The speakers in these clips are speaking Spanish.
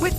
With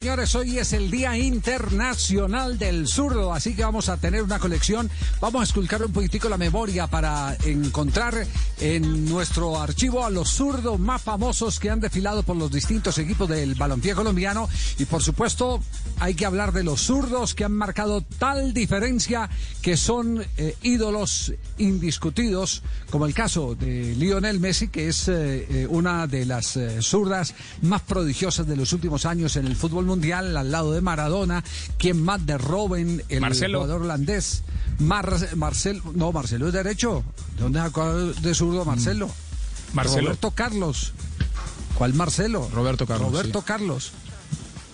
Señores, hoy es el Día Internacional del Zurdo, así que vamos a tener una colección. Vamos a esculcar un poquitico la memoria para encontrar en nuestro archivo a los zurdos más famosos que han desfilado por los distintos equipos del balompié colombiano. Y por supuesto, hay que hablar de los zurdos que han marcado tal diferencia que son eh, ídolos indiscutidos, como el caso de Lionel Messi, que es eh, eh, una de las eh, zurdas más prodigiosas de los últimos años en el fútbol mundial, al lado de Maradona, quien más de Robin, el Marcelo. jugador holandés. Mar- Marcelo, no, Marcelo es derecho. ¿De dónde sacó de zurdo Marcelo? Marcelo. Roberto Carlos. ¿Cuál Marcelo? Roberto Carlos, Roberto sí. Carlos.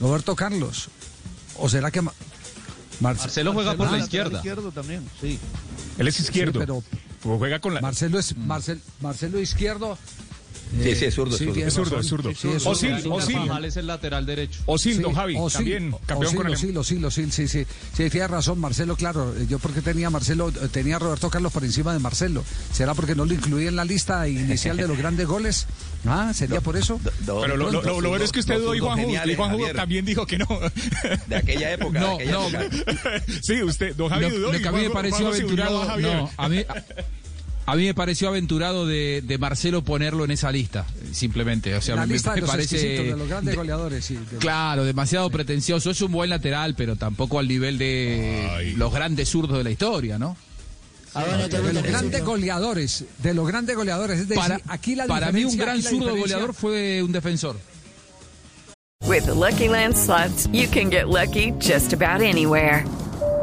Roberto Carlos. ¿O será que... Ma- Marce- Marcelo juega por la Ah, izquierda. izquierdo también, sí. Él es izquierdo. pero- O juega con la. Marcelo es Marcel- Marcelo izquierdo. Mm. Sí, sí, es zurdo, es zurdo. tiene Es zurdo, razón. es zurdo. Sí, es Osil, zurdo. Osil. Carvajal es el lateral derecho. Osil, Sí, don Javi, Osil, también campeón Osil, con Osil, el. Em- Osil, Osil, sí, sí. Sí, tiene razón, Marcelo, claro. Yo porque tenía a Marcelo, eh, tenía a Roberto Carlos por encima de Marcelo. ¿Será porque no lo incluí en la lista inicial de los grandes goles? Ah, ¿sería por eso? Pero lo, lo, lo- lo bueno es que usted hoy, Juan eh, Juan Juan también dijo que no. De aquella época, No, de aquella no. época. sí, usted, don Javi Lo, dudó. lo y que a mí Juan- me Juan pareció José unió a aventurado, Javier. no, a mí, a mí me pareció aventurado de, de Marcelo ponerlo en esa lista, simplemente. O sea, la me, lista de me los exquisitos, de parece los grandes de- goleadores. sí, de- claro, demasiado pretencioso. Es un buen lateral, pero tampoco al nivel de Ay. los grandes zurdos de la historia, ¿no? de los grandes goleadores, de los grandes goleadores. Es decir, Para, aquí la para mí un diferencia, gran aquí la zurdo diferencia- goleador fue un defensor. With Lucky Land slots, you can get lucky just about anywhere.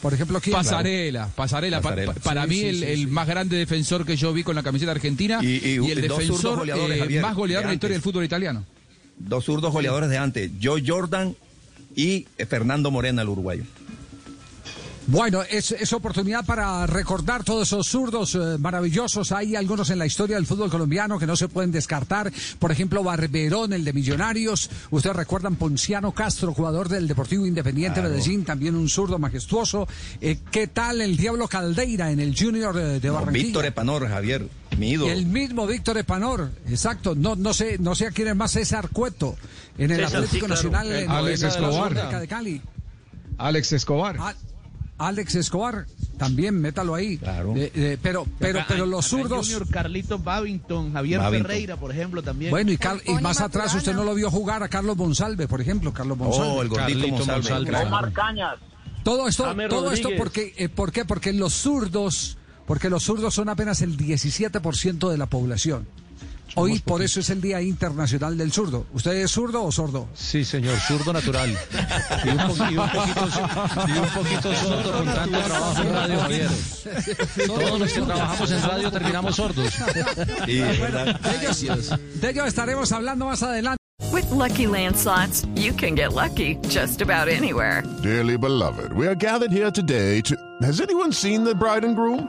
por ejemplo ¿quién? Pasarela, pasarela. Pa- Pasarela. pa- para Sí, mí sí, el, sí, el sí. más grande defensor que yo vi con la camiseta argentina Y- y, y- el dos zurdos defensor goleadores, eh, Javier, más goleador de de la historia del antes. fútbol italiano. Dos zurdos goleadores de antes, Joe Jordan y eh, Fernando Morena, el uruguayo. Bueno, es, es oportunidad para recordar todos esos zurdos eh, maravillosos. Hay algunos en la historia del fútbol colombiano que no se pueden descartar. Por ejemplo, Barberón, el de Millonarios. Ustedes recuerdan Ponciano Castro, jugador del Deportivo Independiente Medellín, también un zurdo majestuoso. Eh, ¿Qué tal el Diablo Caldeira en el Junior eh, de Barranquilla? Víctor Epanor, Javier, mi ídolo. El mismo Víctor Epanor, exacto. No, no sé, no sé a quién es más César Cueto en el César, Atlético sí, claro. Eh, Nacional El en Alex en la Escobar. República de Cali. Alex Escobar. A- Alex Escobar, también métalo ahí. Claro. Eh, eh, pero, pero, Acá- pero acá los zurdos. Junior, Carlitos Babington, Javier Babington. Ferreira, por ejemplo, también. Bueno, y, Car- y Pony más atrás Maturana. usted no lo vio jugar a Carlos Monsalve, por ejemplo, Carlos Monsalve. Oh, el gordito Carlito Monsalve. Monsalve. crack. Cañas. Todo esto, James todo esto Rodríguez. porque, eh, ¿por qué? Porque los zurdos, porque los zurdos son apenas el 17% de la población. Hoy por eso es el Día Internacional del Zurdo. ¿Usted es zurdo o sordo? Sí, señor, zurdo natural. Y un, po- y un poquito, y un poquito sordo con tanto trabajo en radio, Javier. Todos los que trabajamos en radio terminamos sordos. Ah, Sí, es verdad. De ellos, de ellos estaremos hablando más adelante. With Lucky Land slots, you can get lucky just about anywhere. Dearly beloved, we are gathered here today to. Has anyone seen the bride and groom?